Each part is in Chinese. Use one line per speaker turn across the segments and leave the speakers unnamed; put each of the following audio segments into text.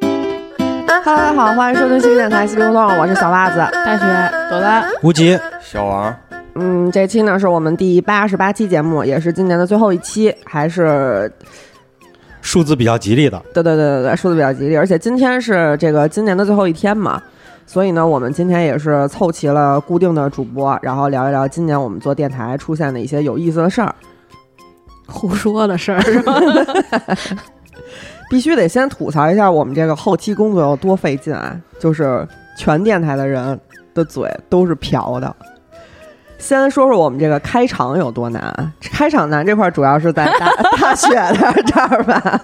哈喽，大家好，欢迎收听新电台西冰洞，我是小袜子。
大学朵拉，
无极，
小王，
嗯，这期呢是我们第八十八期节目，也是今年的最后一期，还是呃
数字比较吉利的，
对对对对对，说的比较吉利，而且今天是这个今年的最后一天嘛，所以呢，我们今天也是凑齐了固定的主播，然后聊一聊今年我们做电台出现的一些有意思的事儿。
胡说的事儿是吧？
必须得先吐槽一下我们这个后期工作有多费劲啊！就是全电台的人的嘴都是瓢的。先说说我们这个开场有多难啊，开场难这块儿主要是在大大雪的这儿吧。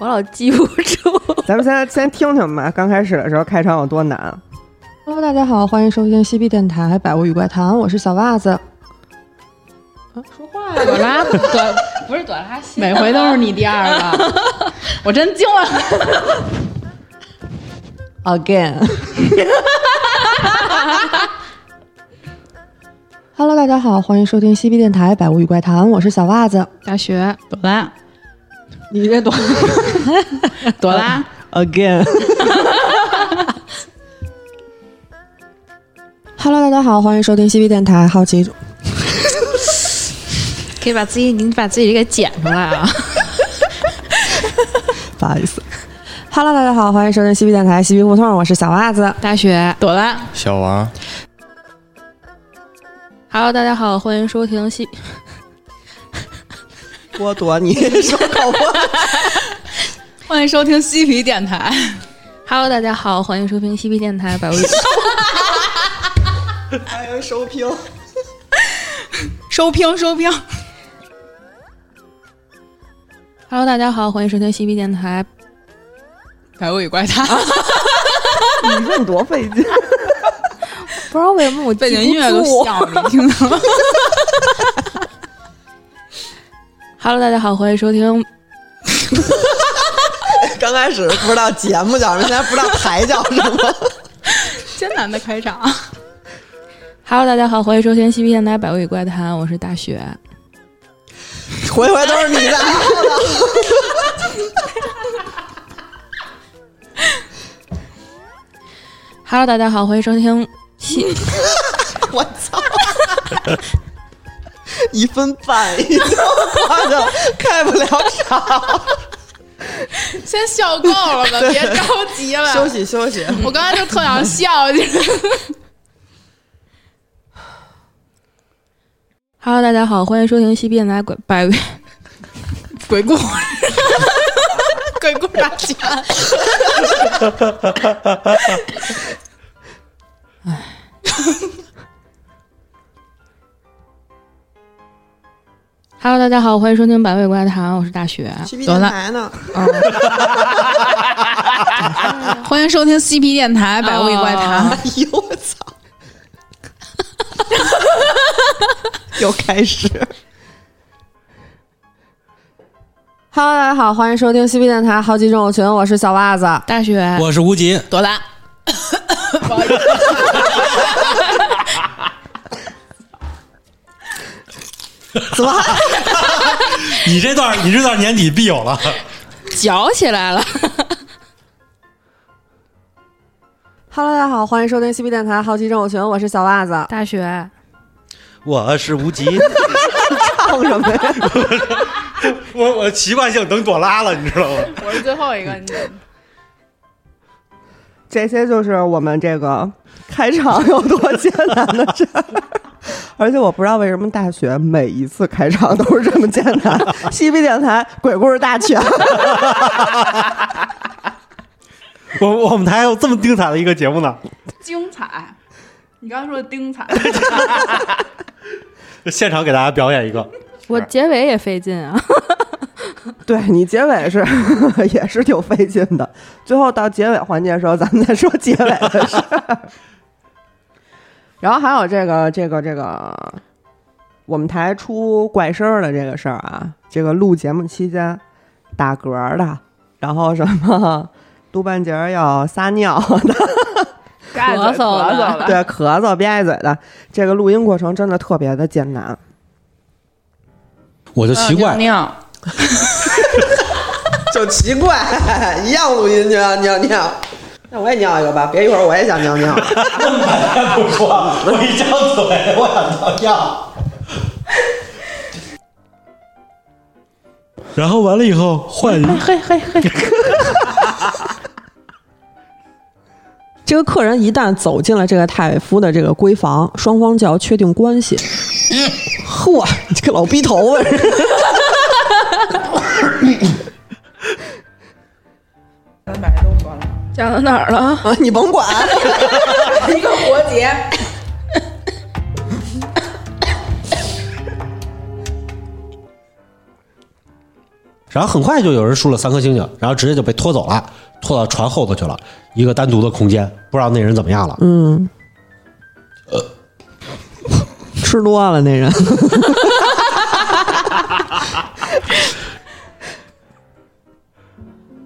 我老记不住。
咱们先先听听吧，刚开始的时候开场有多难。
Hello，大家好，欢迎收听西 B 电台《百物语怪谈》，我是小袜子。
说话呀，朵 拉，朵不是朵拉，每回都是你第二个， 我真惊了。
Again。Hello，大家好，欢迎收听西 B 电台《百物语怪谈》，我是小袜子。
大学，朵 拉，
你这 多
朵拉，
Again，
？Hello，大家好，欢迎收听西 B 电台《好奇》。
可以把自己，你把自己给剪出来啊！
不好意思，
Hello，大家好，欢迎收听西 B 电台《西 B 胡同》，我是小袜子。
大学，朵拉。
小王，
Hello，大家好，欢迎收听西
剥 夺你说口播。
欢迎收听西皮电台。Hello，大家好，欢迎收听西皮电台百味
欢迎收听。
收听收听。Hello，大家好，欢迎收听西皮电台百物语怪谈。
你说你多费劲，
不知道为什么我背景音乐都响了，你听到吗？Hello，大家好，欢迎收听。
刚开始不知道节目叫什么，现在不知道台叫什么。
艰难的开场。Hello，大家好，欢迎收听西皮电台《百味怪谈》，我是大雪。
回回都是你的。
Hello，大家好，欢迎收听西
我操！一分半已经夸张，开不了场。
先笑够了 吧，别着急
休
了。
息休息，
我刚才就特想笑， 就是
Hello，大家好，欢迎收听西皮电台《鬼百味》。
鬼故事，鬼故事大全。
Hello，大家好，欢迎收听《百味怪谈》，我是大雪。
电台呢？
欢迎收听 CP 电台《百物语怪
啊
谈》
哎呦我操！又开始，
Hello，大家好，欢迎收听西 B 电台《好奇症友群》，我是小袜子。
大雪，
我是无极，
朵拉。
怎么
你这段你这段年底必有了，
搅起来了。
Hello，大家好，欢迎收听西 B 电台《好奇症友群》，我是小 袜子。
大雪，
我是无极，
哦
唱什么呀？
我我习惯性等朵拉了，你知道吗？
我是最后一个，你
这些就是我们这个开场有多艰难的事儿。而且我不知道为什么大学每一次开场都是这么艰难。 西北电台鬼故事大全，
我我们台还有这么精彩的一个节目呢，
精彩。你刚才说的精彩，
就现场给大家表演一个。
我结尾也费劲啊。
对你结尾是也是挺费劲的，最后到结尾环节的时候，咱们再说结尾的事儿。 然后还有这个这个这个，我们台出怪声儿的这个事儿啊，这个录节目期间打嗝儿的，然后什么督半截儿要撒尿的，
嘎
咳 嗽了
咳嗽了。
对，咳嗽吧唧嘴的，这个录音过程真的特别的艰难。
我就奇怪，
尿
就奇怪，一样录音就要尿尿。
那我也尿一个吧，别一会儿我也想尿 尿。
不说，我 一张嘴，我想尿尿。 然后完了以后换人，
嘿嘿嘿，
这个客人一旦走进了这个太夫的这个闺房，双方就要确定关 系。嚯，你这个老逼头啊！
讲到哪儿了？
啊，你甭管，
一个活结。
然后很快就有人输了三颗星星，然后直接就被拖走了，拖到船后头去了，一个单独的空间，不知道那人怎么样了。
吃多了那人。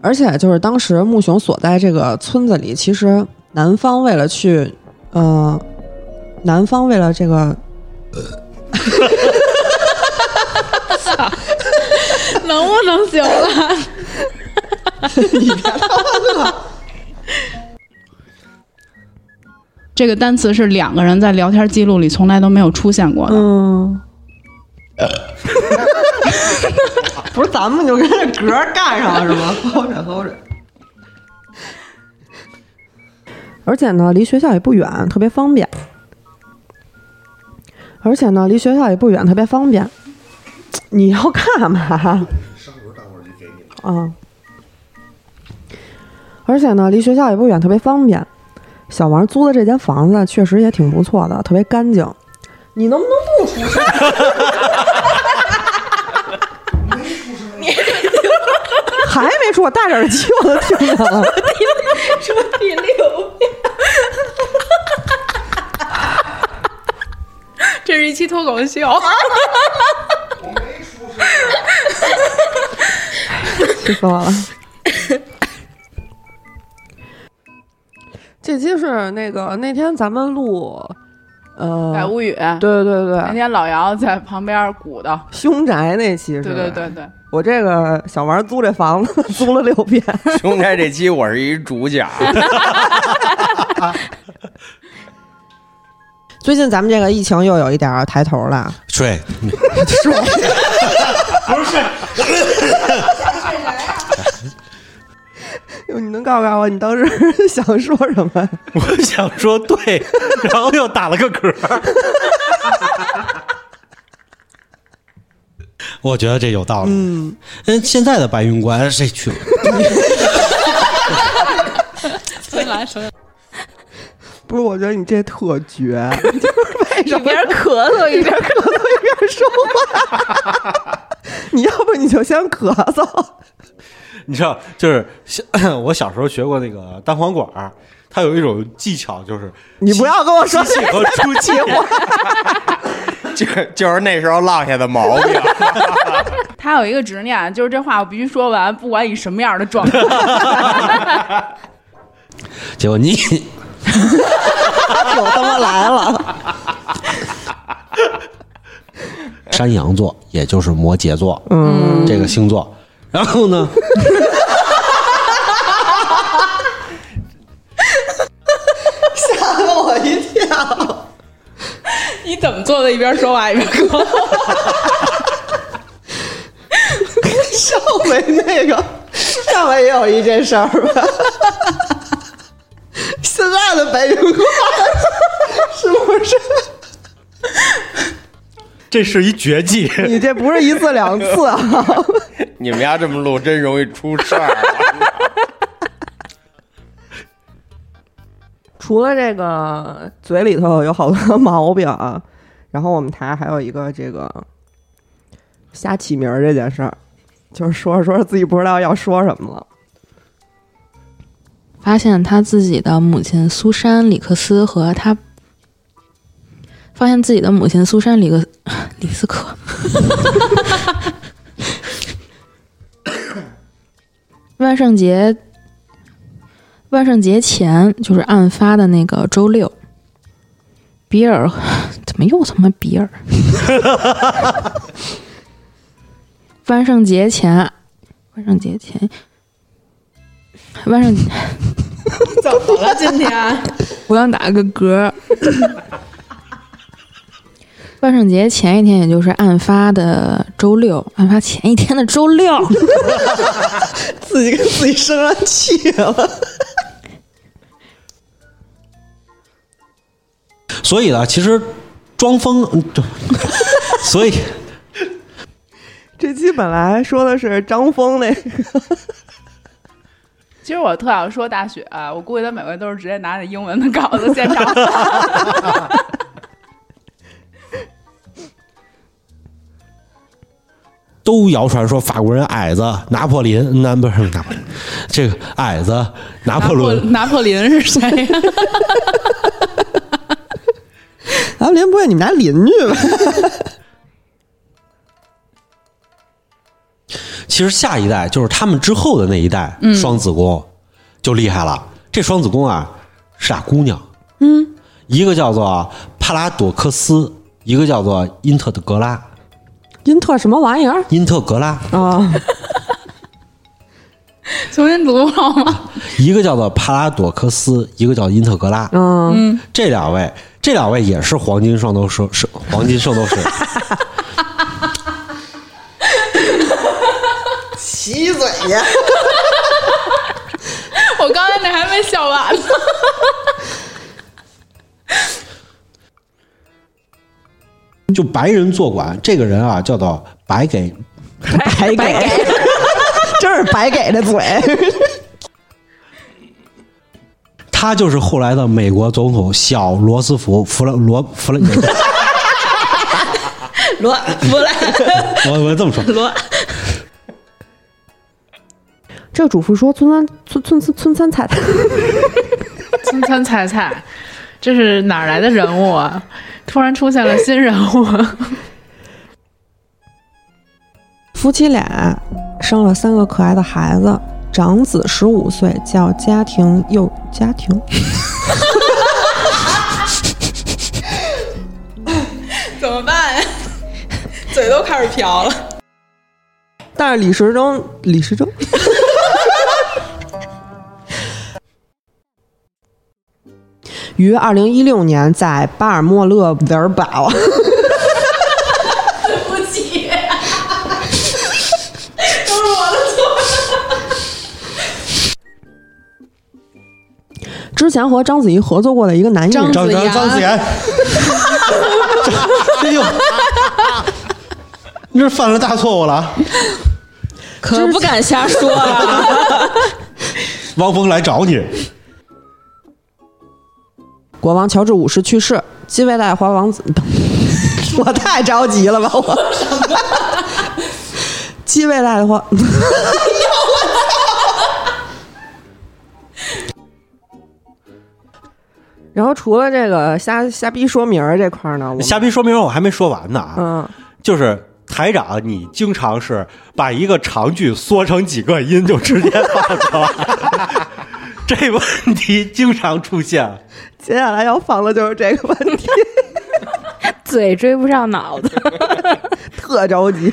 而且就是当时木熊所在这个村子里，其实南方为了去，呃，南方为了这个
能不能行了？这个单词是两个人在聊天记录里从来都没有出现过的。
嗯，
不是咱们就跟这嗝儿干上了是吗？齁着齁着。
而且呢，离学校也不远，特别方便。而且呢，离学校也不远，特别方便。你要干嘛？啊。而且呢，离学校也不远，特别方便。小王租的这间房子确实也挺不错的，特别干净。你能不能不出声？还没出，我戴着耳机我都听见了。
这是一期脱口 秀。
气死我了！
这期是那个那天咱们录，呃，
百物语，
对对
那
对，
天老姚在旁边鼓捣，
凶宅那期是吧
对对，对对，
我这个小王租这房子 租了六遍，
兄弟，这期我是一主角，
最近咱们这个疫情又有一点儿抬头了，
睡，
哟你能告诉我你当时 想说什么？
我想说对，然后又打了个嗝。 我觉得这有道理。嗯，现在的白云观谁去过？
重新来，重新
不是，我觉得你这特绝， 就是为什
一
么
边咳嗽一边
咳嗽一边说话？你要不你就先咳嗽，
你知道，就是小 我小时候学过那个单簧管儿，它有一种技巧，就是
你不要跟我说
吸气和出气。
就 就是那时候落下的毛病。
他有一个执念，就是这话我必须说完，不管以什么样的状态。
结果你
我他妈来了！
山羊座，也就是摩羯座，嗯，这个星座。然后呢，
吓了我一跳。
你怎么坐在一边说话一边咳？
上回那个，上回也有一这事儿吧？ 现在的白云观是不是？
这是一绝技。
你这不是一次两次啊！
你们家这么录，真容易出事儿。 啊
除了这个嘴里头有好多毛病啊，然后我们台还有一个这个瞎起名儿这件事儿，就是说着说着自己不知道要说什么了。
发现他自己的母亲苏珊·里克斯和他发现自己的母亲苏珊·里克里斯克，万圣节万圣节前就是案发的那个周六，比尔 怎么又他妈比尔？ 万圣节前，万圣节前，万圣
怎么了 今天？
我想打个 嗝。万圣节前一天，也就是案发的周六，案发前一天的周六，
自己跟自己生上气了。
所以呢，其实装疯， 嗯对所以
这期本来说的是张 峰那个，
其实我特想说大雪、我估计他每回都是直接拿那英文的稿子现场。
都谣传说法国人矮子拿破仑，那不是拿破仑，这个矮子拿 破仑，
拿破仑是 谁呀、
然后林啊不会你们家邻居吧？
其实下一代就是他们之后的那一代、双子宫就厉害了。这双子宫啊是俩姑娘，嗯，一个叫做帕拉朵克斯，一个叫做因特德格拉，
因特什么玩意儿
因特格拉，
啊？
重新读好吗？
一个叫做帕拉朵克斯，一个叫因特格拉。
嗯，
这两位，这两位也是黄金圣斗士，是黄金圣斗士。
起嘴呀！
我刚才那还没笑完呢。
就白人坐馆，这个人啊叫做白给，
白给， 真是白给的嘴。
他就是后来的美国总统小罗斯福弗兰罗弗兰，
罗弗兰，
我我这么说，
罗
这个主妇说：“村三村村村村三彩，
村村菜菜，这是哪儿来的人物啊？突然出现了新人物，
夫妻俩生了三个可爱的孩子，长子十五岁，叫家庭又家庭，
怎么办呀？嘴都开始瓢了。
但是李时珍，李时珍， 于二零一六年在巴尔莫勒维尔堡，
对不 起，都是我的
之前和章子怡合作过的一个男艺人，
张张
张
张子 妍，哎呦，你这犯了大错误了啊！
可不敢瞎说啊！
汪峰来找你，
国王乔治五世去世，继位的爱华王子， 我太着急了吧我。 继位的爱华，
然后除了这个瞎瞎逼说明儿这块儿呢，我
瞎逼说明我还没说完呢啊！
嗯，
就是台长，你经常是把一个长句缩成几个音就直接放出来， 这问题经常出现。
接下来要放的就是这个问题，
嘴追不上脑子，
特着急。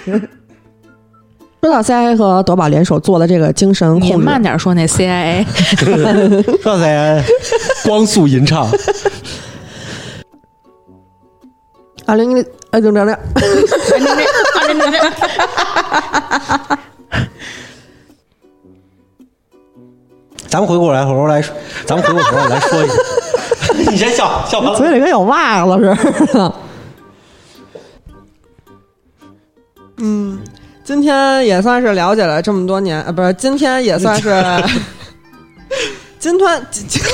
指导 CIA 和德宝联手做的这个精神
你
控制
慢，点说那 CIA，
赵子妍光速吟唱，
二零一呃二零零零，
咱们回过来，回头来，咱们回过头来说一下。你先笑 笑吧。
嘴里跟有袜子似的。嗯，今天也算是了解了这么多年，啊，
呃
不是，今天也 算是今天。今今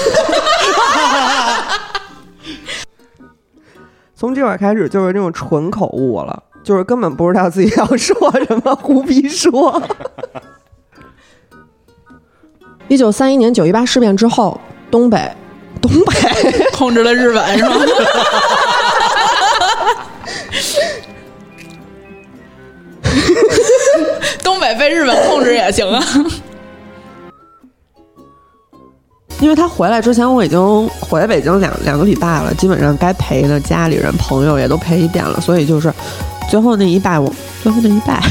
从这会儿开始就是那种纯口误了，就是根本不知道自己要说什么，胡逼说。
一九三一年九一八事变之后，东北，东北
控制了日本是吗？
东北被日本控制也行啊。
因为他回来之前，我已经回北京两两个礼拜了，基本上该陪的家里人、朋友也都陪一遍了，所以就是最后那一拜我，最后那一拜，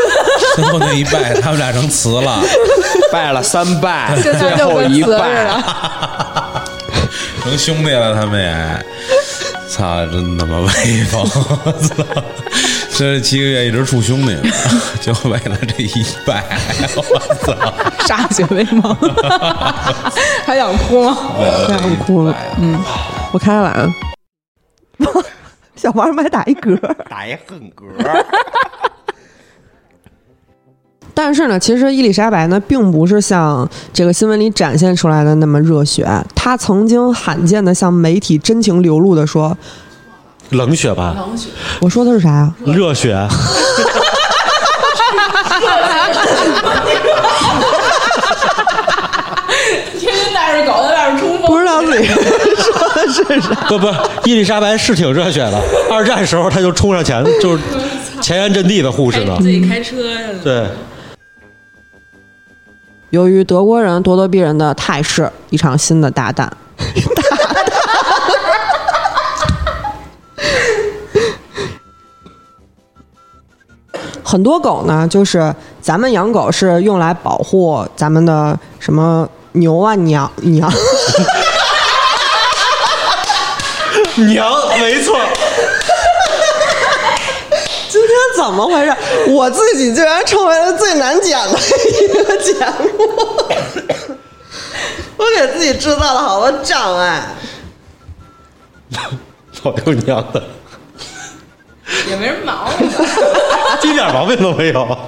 最后那一拜，他们俩成词了。
拜了三拜，
现在
最
就
后
跟
一
词似
拜，
的，
成兄弟了，他们也，操，真他妈威风！ 操，这七个月一直处兄弟了， 就为了这一拜， 我操！
歃血为 盟，还想哭吗？
想哭了。嗯，我开了 啊。
小王还打一嗝，
打一横嗝，
但是呢，其实伊丽莎白呢，并不是像这个新闻里展现出来的那么热血。她曾经罕见的向媒体真情流露的说
冷血吧，：“
我说的是啥呀、
热血，
天天带着狗在外边冲
不知道自己说的是啥。
不不，伊丽莎白是挺热血的。二战时候她就冲上前，就是前沿阵地的护士呢。
自己开车呀，
对，
由于德国人咄咄逼人的态势，一场新的大战。 很多狗呢，就是咱们养狗是用来保护咱们的什么牛啊、鸟、鸟。
娘，没错，
今天怎么回事？我自己竟然成为了最难剪的一个节目， 我给自己制造了好多障碍。
老有娘的，
也没人毛病。
一点毛病都没有。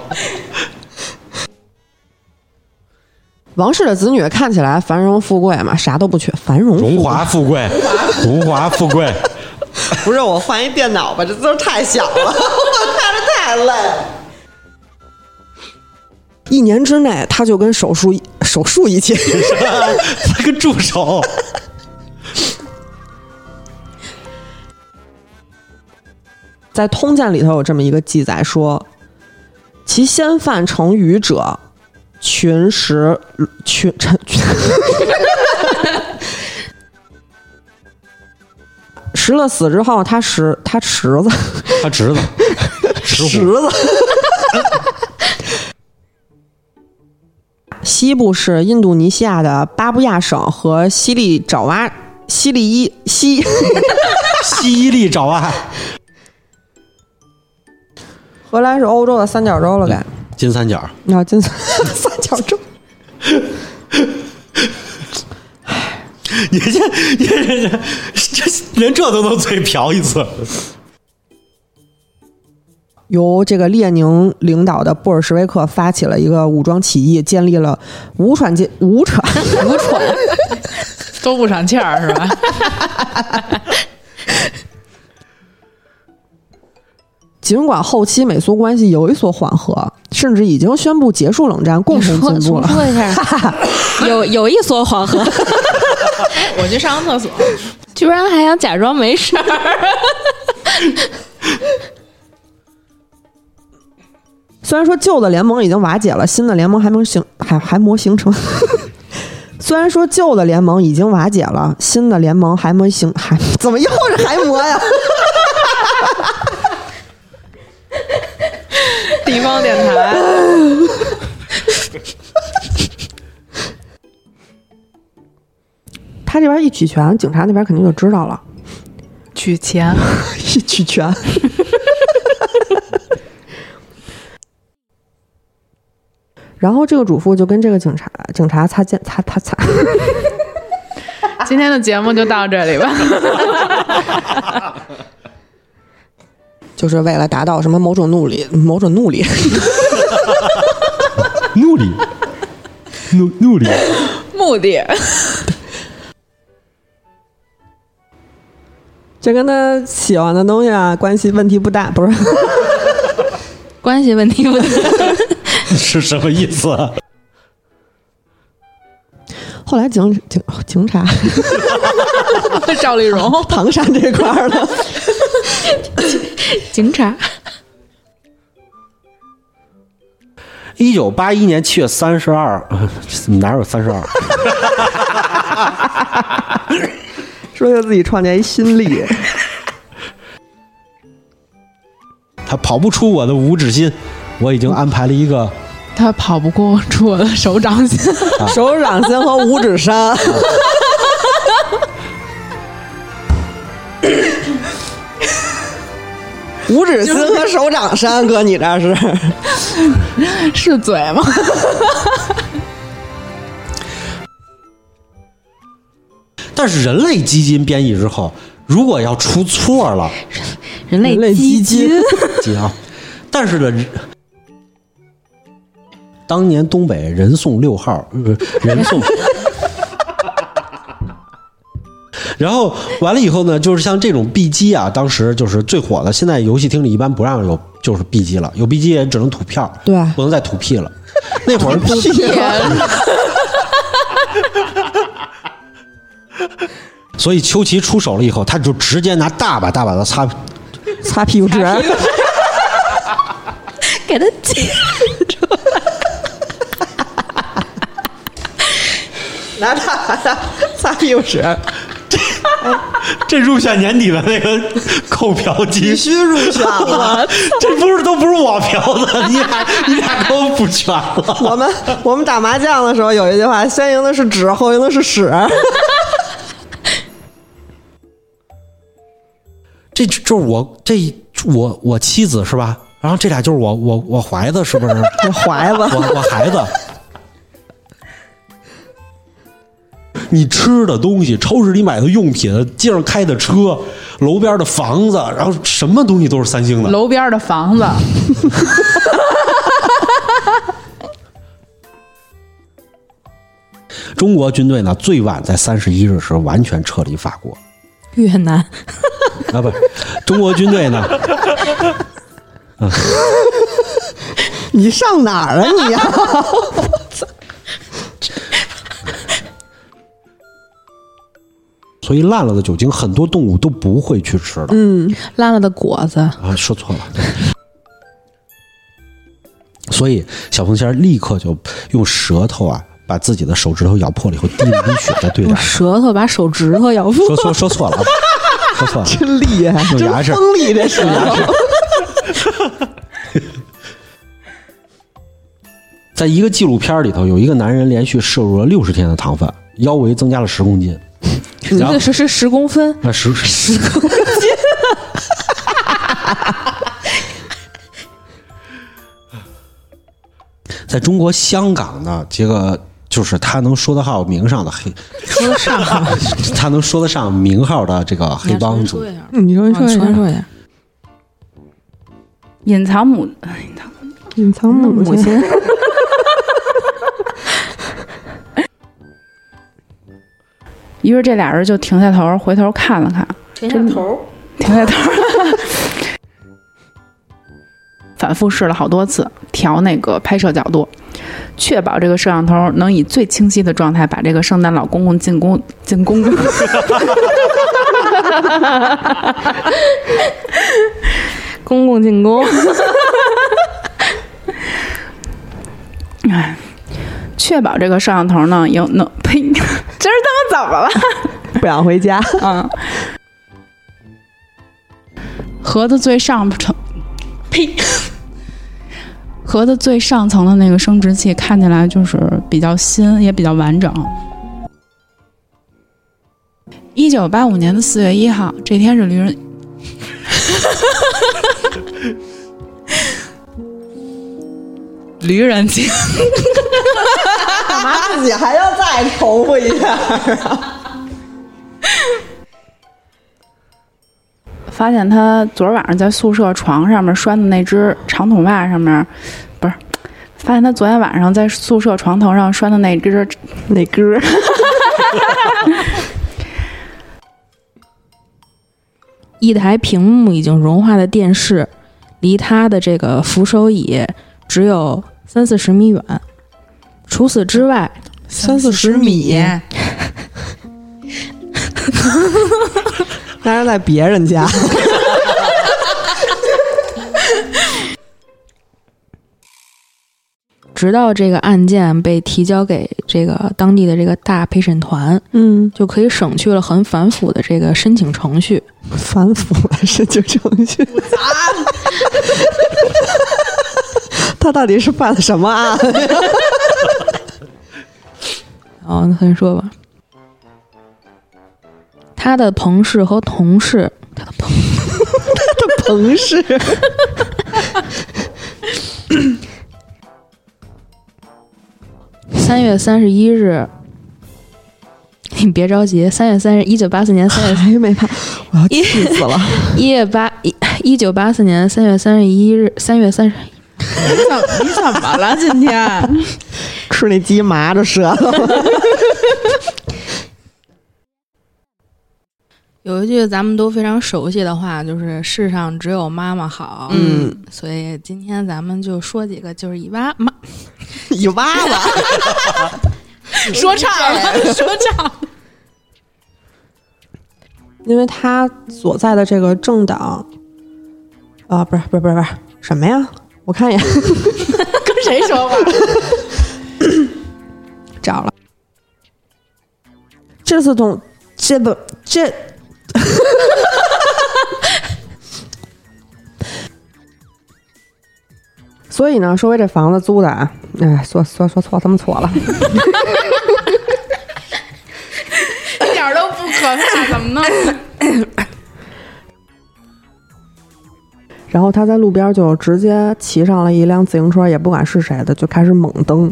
王室的子女看起来繁荣富贵嘛，啥都不缺，繁荣富贵
荣华富贵，荣华富贵，
不是我换一电脑吧，这字儿太小了， 我看着太累了。一年之内，他就跟手术手术一起。
他个助手，
在《通鉴》里头有这么一个记载说，其先犯成语者，群食群臣。群 食了死之后，他食他池子
他侄子，侄
池
子，
子。 西部是印度尼西亚的巴布亚省和西利爪哇、西利伊 西
犀利爪哇，
荷兰是欧洲的三角洲了，该
金三角，
那嗯啊真是三角洲。
你这、你这、这、这连这都能嘴瓢一次，
由这个列宁领导的布尔什维克发起了一个武装起义，建立了无产阶无产无产
都不赏气儿是吧？
尽管后期美苏关系有一所缓和，甚至已经宣布结束冷战，共同进步了
重。说一下，有有一所缓和，
我去上个厕所，
居然还想假装没事儿。
虽然说旧的联盟已经瓦解了，新的联盟还没形还还没形成。 虽然说旧的联盟已经瓦解了，新的联盟还没形还怎么又是还魔呀？
地方电台，
他这边一举拳，警察那边肯定就知道了。
取钱，
一举拳。 然后这个主妇就跟这个警察警察擦肩擦擦擦，
今天的节目就到这里吧。
就是为了达到什么某种怒力，某种怒力。
怒里，怒怒里，
目的
这跟他喜欢的东西啊关系问题不大，不是？
关系问题不大，
是什么意思？啊
后来警警警察
赵丽蓉，
哦唐山这块儿了，
警察
一九八一年七月三十二，哪有三十二？
说就自己创建一新力，
他跑不出我的五指心，我已经安排了一个
他跑不过出我的手掌心。
手掌心和五指山。 五指心和手掌山，哥，你这是
是嘴吗？
但是人类基因编译之后，如果要出错了，
人类
人类
基
基金，
记啊，但是呢，当年东北人送六号，呃不是人送。 然后完了以后呢，就是像这种 B 机啊，当时就是最火的。现在游戏厅里一般不让有，就是 B 机了，有 B 机也只能吐票，
对
不能再吐屁了。那会儿都 所以秋琪出手了以后，他就直接拿大把大把的擦
擦屁股纸，
给他解
拿大擦擦屁股 纸，
这入选年底的那个扣嫖
必
机，啊
须入选了。
这不是都不是我嫖的，你俩你俩给我补全了。
我们我们打麻将的时候有一句话：先赢的是纸，后赢的是屎。
这就就是我这我我妻子是吧？然后这俩就是我我我怀子是不 是？
我怀子，
我我孩子。你吃的东西，超市里买的用品，街上开的车，楼边的房子，然后什么东西都是三星的。
楼边的房子，
中国军队呢，最晚在三十一日时完全撤离法国。
越南，
啊，不是，中国军队呢，
你上哪儿啊你呀、
所以烂了的酒精很多动物都不会去吃的。嗯
烂了的果子，
啊，说错了。所以小凤仙儿立刻就用舌头啊，把自己的手指头咬破了以后，滴了一滴血在对
用
脸上。
舌头把手指头咬破。
说错说错了啊，说错了，
真 厉害，
用牙
真
齿
锋利这舌头。
在一个纪录片里头，有一个男人连续摄入了六十天的糖分，腰围增加了十公斤，然后
是是十公分，
那十十公斤。 在中国香港呢，这个就是他能说得上名上的黑，
说得上。啊
他能说得上名号的这个黑帮主
说，一下，
嗯你说
说
说
一说一下，
隐藏母
隐藏嗯母
母 亲，于是这俩人就停下头，回头看了看，
停下头，
停下头，反复试了好多次，调那个拍摄角度，确保这个摄像头能以最清晰的状态把这个圣诞老公公进宫进宫。
公公进宫，
确保这个摄像头呢，有能呸，今儿他妈怎么了？
不想回家，
嗯，盒子最上层，呸， 盒子最上层的那个生殖器看起来就是比较新，也比较完整。一九八五年的四月一号，这天是驴人。驴人节，
自己还要再重复一下。
发现他昨儿晚上在宿舍床上面拴的那只长筒袜上面，不是，发现他昨天晚上在宿舍床头上拴的那只
那歌，
一台屏幕已经融化的电视，离他的这个扶手椅只有三四十米远。除此之外，
三四十 米但是在别人家，
直到这个案件被提交给这个当地的这个大陪审团，
嗯，
就可以省去了很繁复的这个申请程序。
反腐了申请程序，他到底是犯了什么案？
哦，那先说吧。他的朋事和同事，他的朋
彭氏，
三月三十一日， 你别着急，三月三十，一九八四年三月
还哎没判，我要气死了。
一月八一一九八四年三月三十一日，三月三十，
你怎你怎么了今天？
吃那鸡麻着舌头，
有一句咱们都非常熟悉的话，就是世上只有妈妈好。
嗯，
所以今天咱们就说几个，就是以妈妈
你挖吧。
说唱 了，说唱。
因为他所在的这个政党，啊，不是不是不是不是什么呀？我看一眼，
跟谁说话？
找了。这次总这不这， 所以呢，说回这房子租的啊，哎，说说说错，他们错了。
一点儿都不可怕，怎么 弄？
然后他在路边就直接骑上了一辆自行车，也不管是谁的，就开始猛蹬。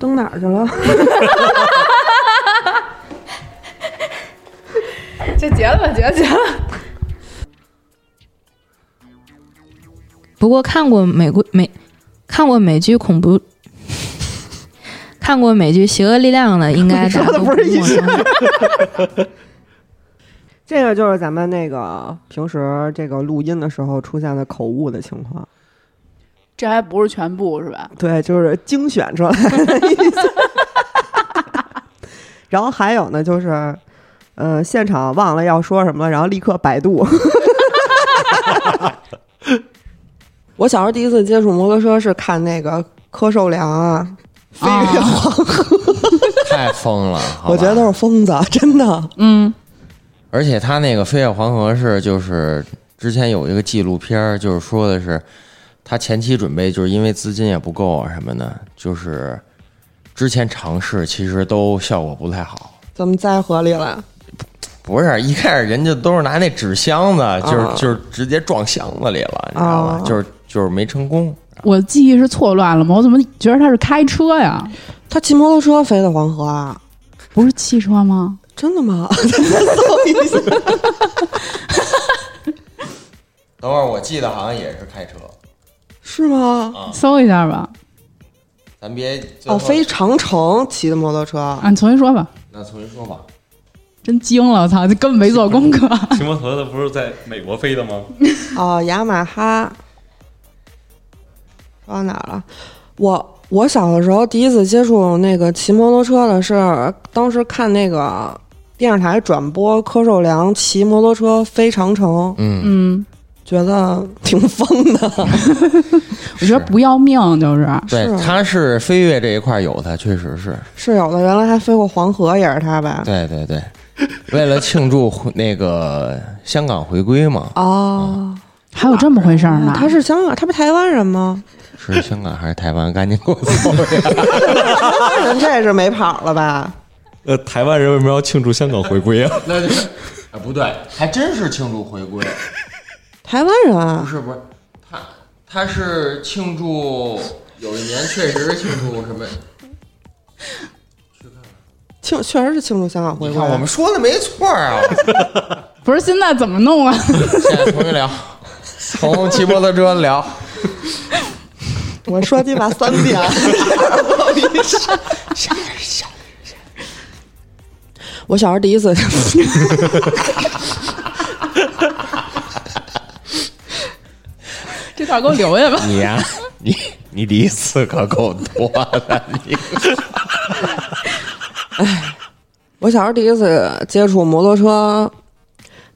蹬哪儿去了？
这结了吧，结了结了。
不过看过美国美看过美剧恐怖， 看过美剧《邪恶力量》的，应 该大家
说的
都
不是一
陌生。
这个就是咱们那个平时这个录音的时候出现的口误的情况。
这还不是全部是吧？
对，就是精选出来的一些。 然后还有呢，就是，呃，现场忘了要说什么了，然后立刻百度。 我小时候第一次接触摩托车是看那个柯受良啊，飞跃黄河，
太疯了。好吧
我觉得都是疯子，真的。
嗯，
而且他那个飞越黄河是就是之前有一个纪录片儿，就是说的是他前期准备就是因为资金也不够啊什么的，就是之前尝试其实都效果不太好。
怎么栽河里了？
不是一开始人家都是拿那纸箱子，就是、
啊
就是直接撞箱子里了，你知道吧？
啊
就是就是没成功。
我记忆是错乱了吗？我怎么觉得他是开车呀？
他骑摩托车飞的黄河啊？
不是汽车吗？
真的吗？ 搜一下。
等会儿我记得好像也是开车，
是吗？
搜一下吧。
咱别最后
哦，飞长城骑的摩托车，
啊，你重新说吧。
那重新说吧。
真惊了，我操！就根本没做功 课。
骑摩托的不是在美国飞的吗？
哦，雅马哈。说到哪儿了？我我小的时候第一次接触那个骑摩托车的是，当时看那个电视台转播柯受良骑摩托车飞长城，
嗯，
嗯，
觉得挺疯的。
我觉得不要命就是。
对
是，
他是飞跃这一块有他，确实 是。
是有的，原来还飞过黄河，也是他呗。
对对对，为了庆祝回那个香港回归嘛，
哦，
还有这么回事儿呢？
他是香港，他不是台湾人吗？
是香港还是台湾？赶紧给我搜呀！
台湾人这是没跑了吧？
呃，台湾人为什么要庆祝香港回归啊？
那就是，啊，不对，还真是庆祝回归，
台湾人
不
啊，
是不是，他他是庆祝有一年确实是庆祝什么？
庆确实是庆祝香港回
你
归
看。我们说的没错啊！
不是现在怎么弄 啊？
现在重新聊，从骑摩托车聊，
我说你妈三遍。我小时候第一次，
这段给我留下吧。
你呀、你你第一次可够多的，你
我小时候第一次接触摩托车，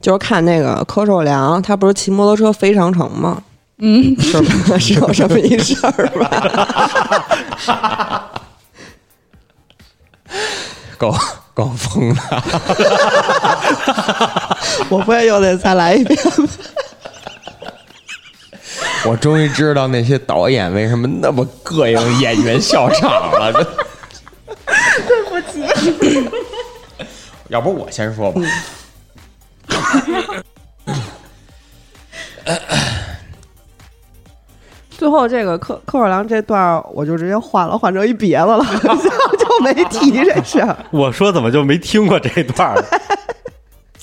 就是看那个柯受良，他不是骑摩托车飞长城吗？嗯，是吧？是有这么一事儿吧？
够够疯了。
我不会又得再来一遍吧？
我终于知道那些导演为什么那么膈应演员笑场 了。对不起，要不我先说吧。
嗯
最后这个柯柯受良这段儿我就直接换了，换成一别的了， 就就没提这事儿，
我说怎么就没听过这段 儿？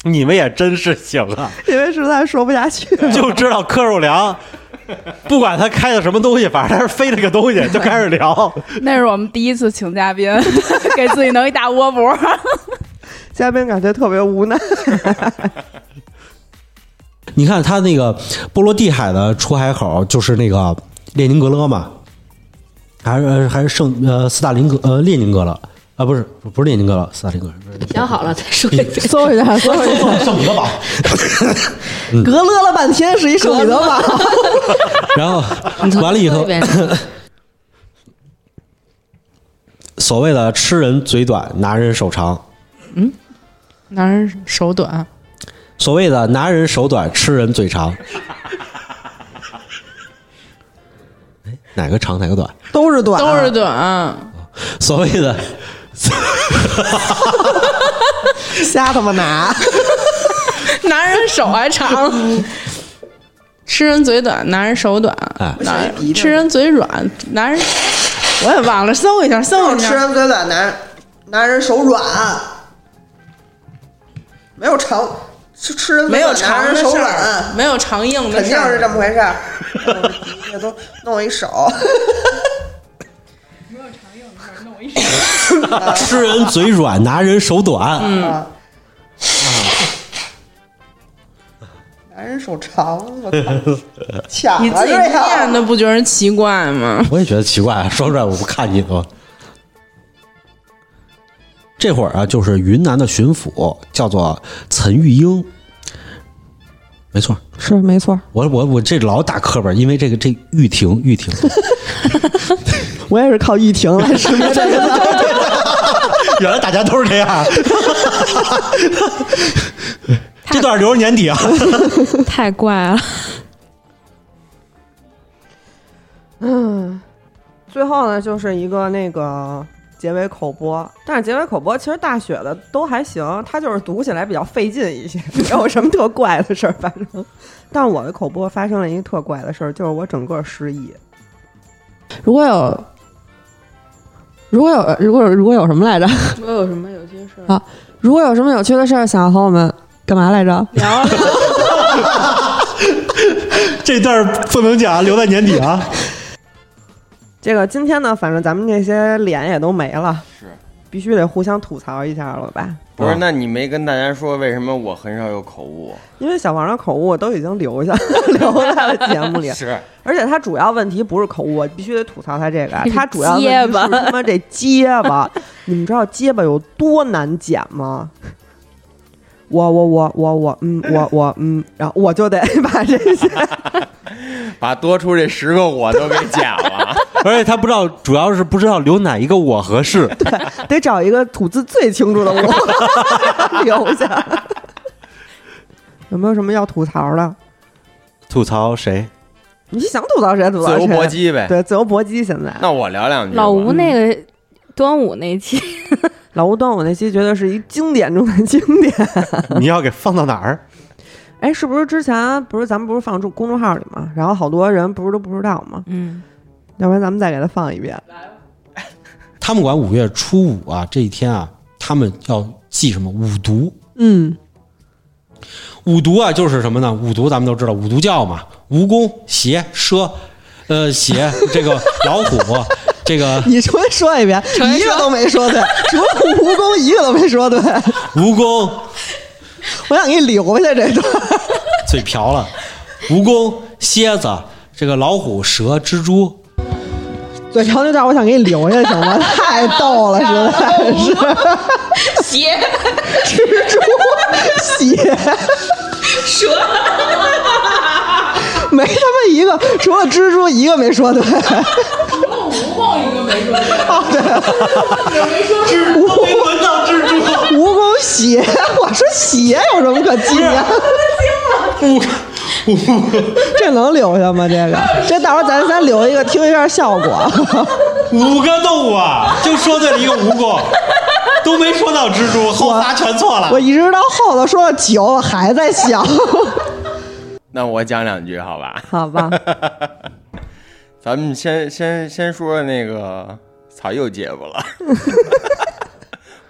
你们也真是行啊！
因为实在说不下去了。
就知道柯受良，不管他开的什么东西，反正他是飞这个东 西就开始聊。
那是我们第一次请嘉宾， 给自己弄一大窝脖。
嘉宾感觉特别无奈。
你看他那个波罗的海的出海口就是那个列宁格勒嘛，还是呃还是圣呃斯大林格呃列宁格勒啊不是不是列宁格勒斯大林格勒
想好了再说一遍。
搜一下，搜一下，
圣彼得堡。
格勒了半天是一圣彼得堡，
然后
你从
完了以
头
后
一遍，
所谓的吃人嘴短，拿人手长；
男人手短，
所谓的拿人手短，吃人 嘴长。哎，哪个长哪个短？
都是短，
都是
啊
短。
所谓的
瞎他妈拿。
男人手还长，吃人嘴短，男人手短。
哎
男人吃人嘴软，男人我也忘了，搜一下，搜一
吃
下。
人嘴短，男男人手软，没有长，吃吃人嘴
没有
短
长
男人
的
手
事
软
儿，，没有长硬的
肯
事
定是
儿。
这么回事儿。嗯这都弄一手，
吃人嘴软，拿人手短。
嗯，男人手长，我操，抢
你
了
自己
这
念
样。
的不觉得奇怪吗？
我也觉得奇怪， 说出来我不看你吗？这会儿啊，就是云南的巡抚叫做陈玉英，没错，
是没错，
我我我这老打磕巴，因为这个这玉婷玉婷，
我也是靠玉婷来识别这个的。
原来大家都是这样。这段留着年底啊，
太怪了。
嗯， 最后呢，就是一个那个结尾口播，但是结尾口播其实大雪的都还行，它就是读起来比较费劲一些， 没有什么特怪的事儿发生。但我的口播发生了一个特怪的事儿，就是我整个失忆。
如果有，如果有，如果有如果有什么来着？
我有什么有些事
啊如果有什么有趣的事儿想要和我们干嘛来着？
啊
聊聊
这段不能讲，留在年底啊。
这个今天呢，反正咱们这些脸也都没了，是必须得互相吐槽一下了吧？
不是，那你没跟大家说为什么我很少有口误？
因为小王的口误我都已经留下 留在了节目里，
是
而且他主要问题不是口误，我必须得吐槽他这个
这，是
他主要问题
结
是
巴
他妈这结 巴，你们知道结巴有多难剪吗？我我我我我嗯我我嗯，然后我就得 把这些
把多出这十个我都给剪 了。
而且他不知道，主要是不知道留哪一个我合适。
得找一个吐字最清楚的我 留下。有没有什么要吐槽的？
吐槽谁？
你想吐槽谁吐槽
自
谁，
由搏击呗
对，自由搏击现在。
那我聊两句吧。
老吴那个端午那期，
老吴端午那期绝对是一经典中的经典。
你要给放到哪 儿？
哎，是不是之前不是咱们不是放出公众号里吗？然后好多人不是都不知道吗？
嗯，
要不然咱们再给他放一遍。
他们管五月初五啊这一天啊，他们要祭什么五毒？
嗯，
五毒啊，就是什么呢？五毒咱们都知道，五毒教嘛，蜈蚣、邪、蛇，呃，邪 这个老 虎，这个
你重新说一遍，一个都没说对，除了蜈蚣一个都没 说对。
蜈蚣
我想给你留下这段。
嘴瓢了，蜈蚣、蝎子，这个老虎、蛇、蜘蛛，
嘴瓢那段我想给你留下，行吗？太逗了，实在是。
鞋
蜘蛛鞋
蛇，
没他妈一个，除了蜘蛛一个没说对。
啊
蜈蚣一个没说对。哦，对。没说蜘蛛，没轮到蜘蛛。蜈蚣鞋，我说鞋有什么可纪念？
五
这能留下吗？这个，这到时候咱仨留一个，听一下效果。
五个动物啊，就说对了一个蜈蚣，都没说到蜘蛛，后仨全错了。
我一直到后头说了九，我还在想。
那我讲两句好吧？
好吧。
咱们先先先说那个，操，又结巴了，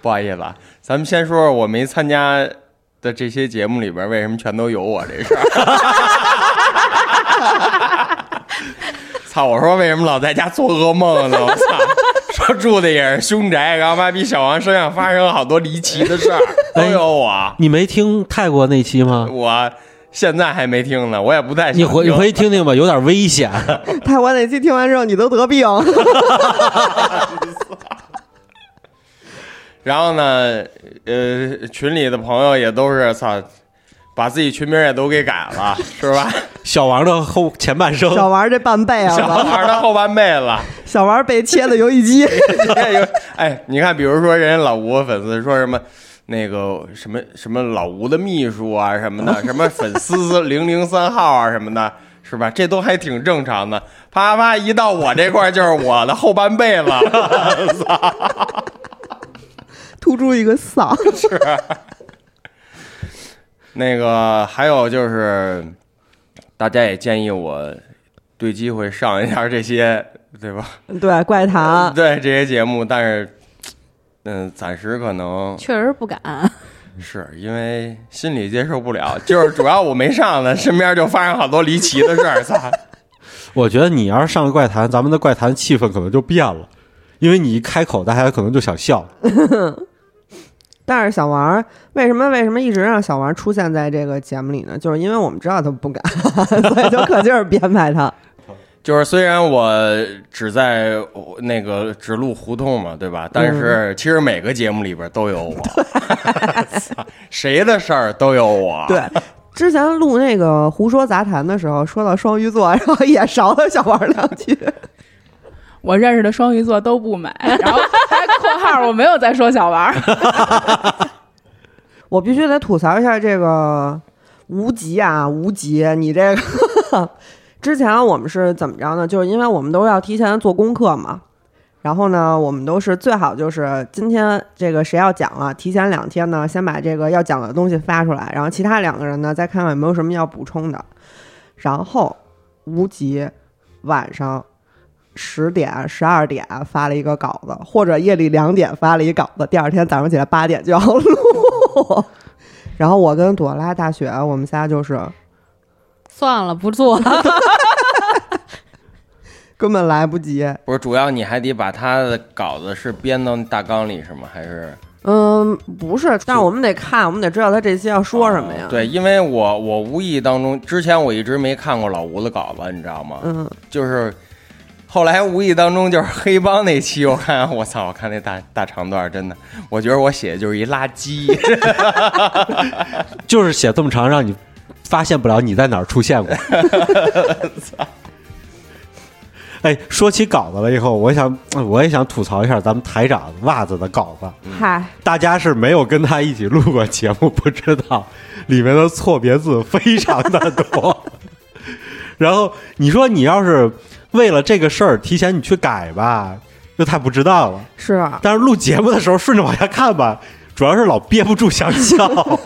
不好意思啊。咱们先说说我没参加的这些节目里边，为什么全都有我这事儿？ 操！我说为什么老在家做噩梦呢？我操！说住的也是凶宅，然后妈逼小王身上发生了好多离奇的事儿，都有我。
你没听泰国那期吗？
我现在还没听呢，我也不太想
你回你
听
回去听听吧，有点危险。
泰国那期听完之后，你都 得病。
然后呢，呃，群里的朋友也都是操，把自己群名也都给改 了，是吧？
小王的后前半生，
小王这半辈
小
啊，
孩的后半辈子，
小王被切的游戏机。
哎，你看，比如说人家老吴粉丝说什么。那个什么什么老吴的秘书啊什么 的，什么粉丝零零三号啊什么的，是吧？这都还挺正常的。啪啪，一到我这块儿就是我的后半辈子，
突出一个 丧。
是。那个还有就是，大家也建议我对机会上一下这些，对吧？
对，怪谈。
对这些节目，但是，嗯，暂时可能
确实不敢。
是因为心里接受不了，就是主要我没上呢，身边就发生好多离奇的事儿，操！
我觉得你要是上个怪谈，咱们的怪谈气氛可能就变了，因为你一开口，大家可能就想笑。
但是小王儿为什么为什么一直让小王出现在这个节目里呢？就是因为我们知道他不敢， 所以就可劲儿编排他。
就是虽然我只在那个只录胡同嘛，对吧？但是其实每个节目里边都有我， 谁的事儿都有我。
对，之前录那个胡说杂谈的时候，说到双鱼座，然后也勺了小王两句。
我认识的双鱼座都不买， 然后还括号我没有在说小王 儿，
我必须得吐槽一下这个无极啊，无极，你这个之前我们是怎么着呢？就是因为我们都要提前做功课嘛，然后呢，我们都是最好就是今天这个谁要讲了，提前两天呢，先把这个要讲的东西发出来，然后其他两个人呢再看看有没有什么要补充的。然后无极晚上十点、十二点发了一个稿子，或者夜里两点发了一稿子，第二天早上起来八点就要录。 然后我跟朵拉、大雪，我们仨就是
算了，不做了。
根本来不及。
不是，主要你还得把他的稿子是编到大纲里是吗？还是
嗯，不是，但是我们得看，我们得知道他这期要说什么呀。
哦对？因为我我无意当中，之前我一直没看过老吴的稿子，你知道吗？
嗯，
就是后来无意当中就是黑帮那期，我看我操，我看那大大长段，真的，我觉得我写的就是一垃圾。
就是写这么长，让你发现不了你在哪儿出现过。哎，说起稿子了以后，我想我也想吐槽一下咱们台长袜子的稿子。
嗨，
大家是没有跟他一起录过节目，不知道里面的错别字非常的多。 然后你说你要是为了这个事儿提前你去改吧，又太不值当了。
是啊，
但是录节目的时候顺着往下看吧，主要是老憋不住想笑。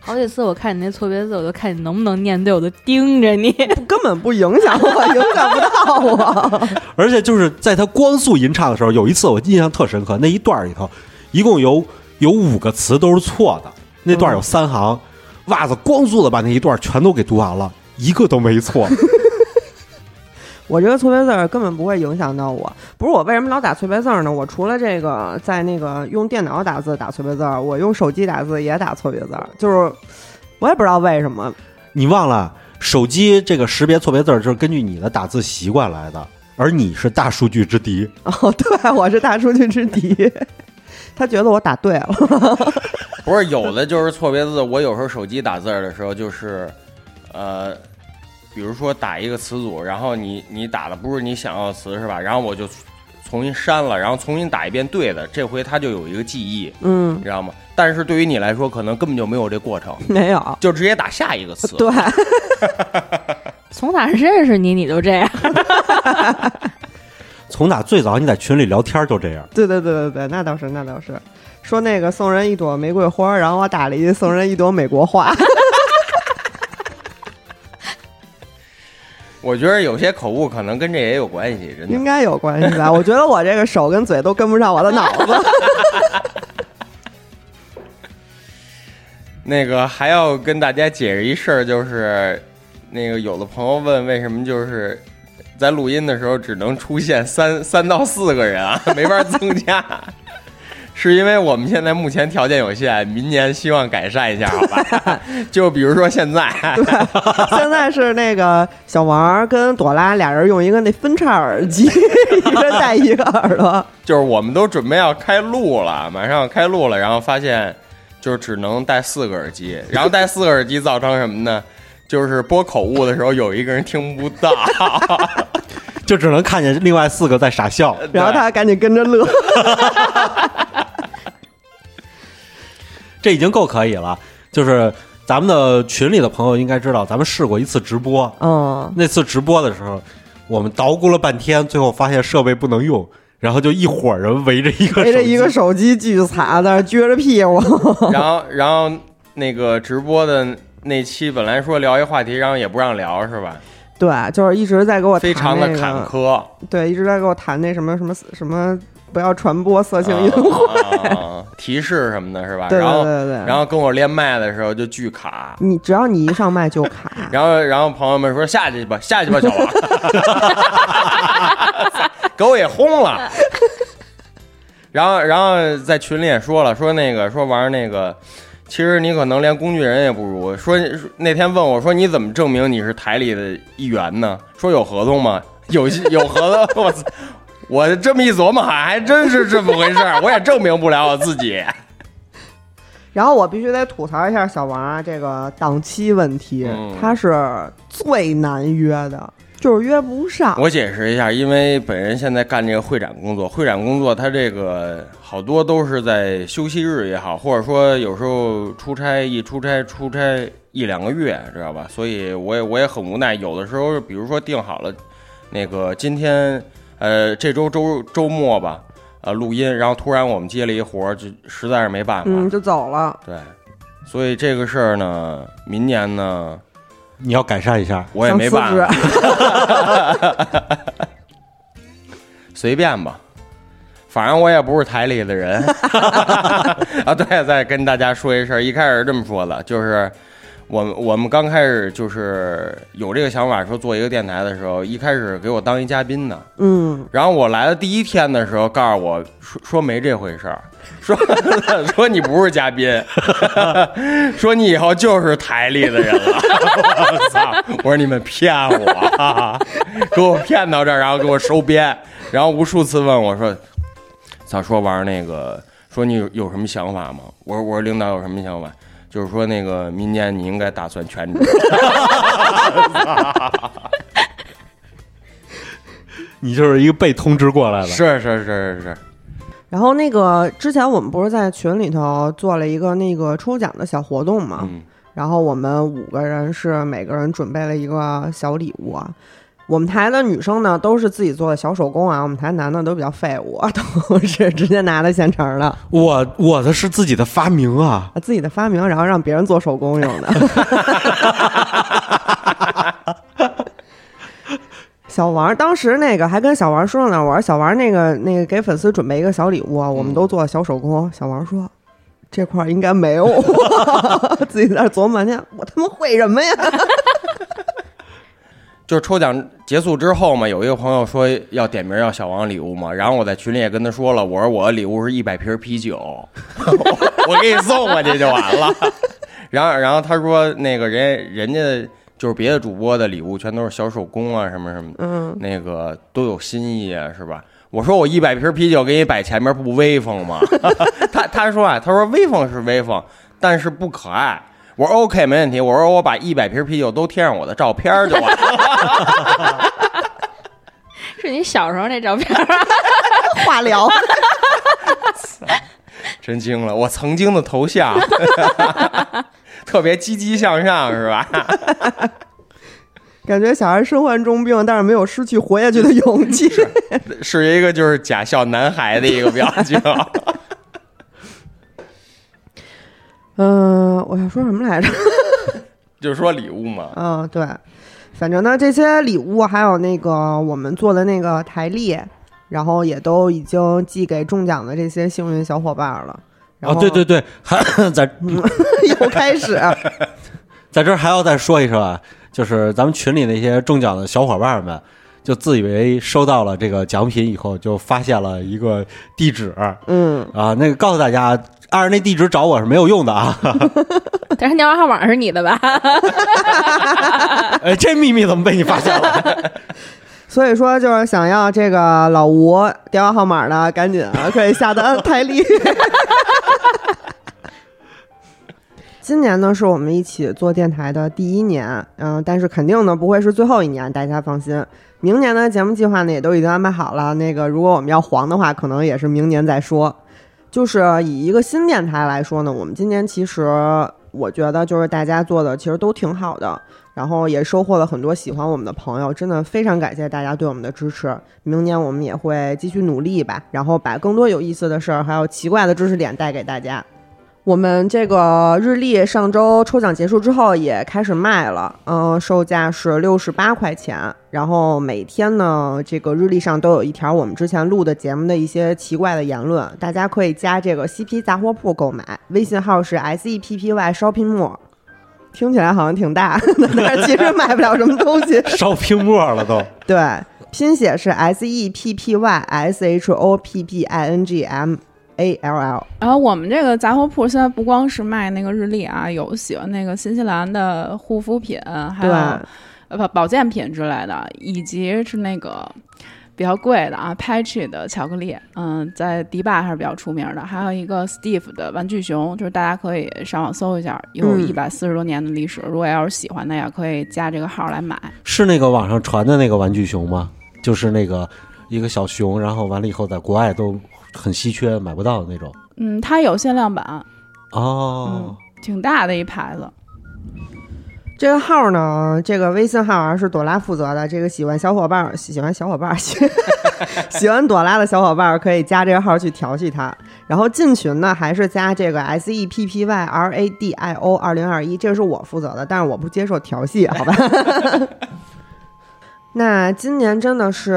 好几次我看你那错别字，我就看你能不能念对，我就盯着你。
哎根本不影响 我，影响不到我。
而且就是在他光速吟唱的时候，有一次我印象特深刻，那一段里头一共有有五个词都是错的，那段有三行，袜子光速的把那一段全都给读完了，一个都没错。
我觉得错别字儿根本不会影响到我。不是我为什么老打错别字儿呢？我除了这个在那个用电脑打字打错别字儿，我用手机打字也打错别字儿，就是我也不知道为什么。
你忘了手机这个识别错别字儿就是根据你的打字习惯来的，而你是大数据之敌。
哦，对，我是大数据之敌。他觉得我打对了，
不是有的就是错别字，我有时候手机打字儿的时候就是，呃，比如说打一个词组，然后你你打的不是你想要的词是吧？然后我就重新删了，然后重新打一遍对的，这回他就有一个记忆，
嗯
你知道吗？但是对于你来说，可能根本就没有这过程，
没有，
就直接打下一个词。
对，
从哪认识你，你都这 样。
从打最早你在群里聊天就这样，
对对对对对，那倒是那倒是。说那个送人一朵玫瑰花，然后我打了一送人一朵美国花。
我觉得有些口误可能跟这也有关系，真的
应。该有关系吧？我觉得我这个手跟嘴都跟不上我的脑子。
那个还要跟大家解释一事儿，就是那个有的朋友问为什么就是在录音的时候只能出现三 三到四个人啊， 没法增加， 是因为我们现在目前条件有限，明年希望改善一下，好吧？ 就比如说现在，
现在是那个小王跟朵拉俩人用一个那分叉耳 机，一人戴一个耳朵。
就是我们都准备要开录了，马上要开录了，然后发现就只能戴四个耳机，然后戴四个耳机造成什么呢？就是播口误的时候有一个人听不到，
就只能看见另外四个在傻笑。
然后他赶紧跟着乐。
这已经够可以了。就是咱们的群里的朋友应该知道，咱们试过一次直播，
嗯，
那次直播的时候，我们捣鼓了半天，最后发现设备不能用，然后就一伙人围着一个
围着
手机
一个手机巨惨，在那撅着屁 股。
然后然后那个直播的那期本来说聊一话题，然后也不让聊是吧？
对，就是一直在给我谈
非常
那
的
个
坎坷。
对，一直在给我谈那什么什么什么，不要传播色情淫秽。
啊，提示什么的，是吧？
对对
然后
对对对
然后跟我连麦的时候就巨卡，
你只要你一上麦就卡，
然后然后朋友们说下去吧，下去吧，小王， 给我也轰了。然后然后在群里也说了，说那个说玩那个，其实你可能连工具人也不如。说说那天问我说你怎么证明你是台里的一员呢？说有合同吗？有有合同，我操我这么一琢磨，还还真是这么回事儿，我也证明不了我自己。
然后我必须得吐槽一下小王啊，这个档期问题，
嗯
他是最难约的，就是约不上。
我解释一下，因为本人现在干这个会展工作，会展工作它这个好多都是在休息日也好，或者说有时候出差一出差出差一两个月，知道吧？所以我也我也很无奈，有的时候比如说定好了那个今天呃这周周周末吧，呃录音，然后突然我们接了一活儿，就实在是没办法，
嗯，就走了。
对，所以这个事儿呢，明年呢，
你要改善一下，
我也没办
想辞
法，随便吧，反正我也不是台里的人啊。对，再跟大家说一声，一开始是这么说的，就是我们我们刚开始就是有这个想法，说做一个电台的时候，一开始给我当一嘉宾呢，
嗯，
然后我来的第一天的时候，告诉我说说没这回事儿，说 说你不是嘉宾， 说你以后就是台里的人了。我操！我说你们骗我、啊给我骗到这儿，然后给我收编，然后无数次问我说：“咋说玩儿那个？说你有有什么想法吗？”我说：“我说领导有什么想法？就是说那个明年你应该打算全职。”
你就是一个被通知过来的。
是是是是是，
然后那个之前我们不是在群里头做了一个那个抽奖的小活动嘛，
嗯
然后我们五个人是每个人准备了一个小礼物啊。我们台的女生呢都是自己做的小手工啊，我们台男的都比较废物， 都是直接拿的现成的，
我我的是自己的发明啊，
自己的发明，然后让别人做手工用的。小王当时那个还跟小王说呢，我说小王那个那个给粉丝准备一个小礼物啊，我们都做小手工。小王说这块儿应该没有， 自己在那儿琢磨半天，我他妈会什么呀？
就是抽奖结束之后嘛，有一个朋友说要点名要小王礼物嘛，然后我在群里也跟他说了，我说我的礼物是一百瓶啤酒， 我我给你送过去就完了。然后然后他说那个人人家就是别的主播的礼物全都是小手工啊什么什么的，
嗯
那个都有新意啊，是吧？我说我一百瓶啤酒给你摆前面不威风吗？ 他他说啊，他说威风是威风，但是不可爱。我说 OK 没问题，我说我把一百瓶啤酒都贴上我的照片就完了。
是你小时候那照片儿啊，
化疗。
真惊了！我曾经的头像， 特别积极向上，是吧？
感觉小孩身患重病，但是没有失去活下去的勇气。
是一个就是假笑男孩的一个表情。
嗯、我要说什么来着？
就说礼物嘛，
嗯，对，反正呢，这些礼物还有那个我们做的那个台历，然后也都已经寄给中奖的这些幸运小伙伴了。然
啊，
后
对对对，还在
又开始，
在这儿还要再说一声啊，就是咱们群里那些中奖的小伙伴们，就自以为收到了这个奖品以后，就发现了一个地址
嗯，
啊，那个告诉大家，按着那地址找我是没有用的啊。
但是电话号码是你的吧？
哎，这秘密怎么被你发现了？
所以说就是想要这个老吴电话号码呢，赶紧啊，可以下单台历。 今年呢，是我们一起做电台的第一年，嗯、但是肯定呢不会是最后一年，大家放心。明年呢，节目计划呢也都已经安排好了。那个，如果我们要黄的话，可能也是明年再说。就是以一个新电台来说呢，我们今年其实我觉得就是大家做的其实都挺好的，然后也收获了很多喜欢我们的朋友，真的非常感谢大家对我们的支持。明年我们也会继续努力吧，然后把更多有意思的事儿还有奇怪的知识点带给大家。我们这个日历上周抽奖结束之后也开始卖了，嗯、售价是六十八块钱。然后每天呢，这个日历上都有一条我们之前录的节目的一些奇怪的言论，大家可以加这个西皮杂货铺购买，微信号是 S E P P Y Shopping Mall。听起来好像挺大， 但是其实买不了什么东西。
烧屏幕了都。
对，拼写是 S E P P Y S H O P P I N G M A L L。
然后我们这个杂货铺现在不光是卖那个日历啊，有喜欢那个新西兰的护肤品，还有
对
呃不保健品之类的，以及是那个比较贵的啊 p a c h 的巧克力，嗯，在迪拜还是比较出名的。还有一个 Steve 的玩具熊，就是大家可以上网搜一下，有
嗯
一百四十多年的历史。如果要是喜欢的呀，可以加这个号来买。
是那个网上传的那个玩具熊吗？就是那个一个小熊，然后完了以后在国外都很稀缺，买不到的那种。
嗯，它有限量版，嗯
哦，
挺大的一牌子。
这个号呢，这个微信号啊是朵拉负责的。这个喜欢小伙伴儿，喜喜欢 小伙伴儿，喜喜欢朵拉的小伙伴儿可以加这个号去调戏他。然后进群呢，还是加这个 S E P P Y R A D I O 二零二一，这个是我负责的，但是我不接受调戏，好吧？ 那今年真的是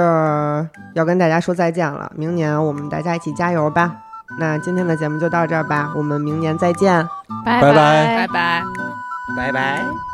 要跟大家说再见了，明年我们大家一起加油吧。那今天的节目就到这儿吧，我们明年再见，
拜
拜拜
拜拜。
拜拜。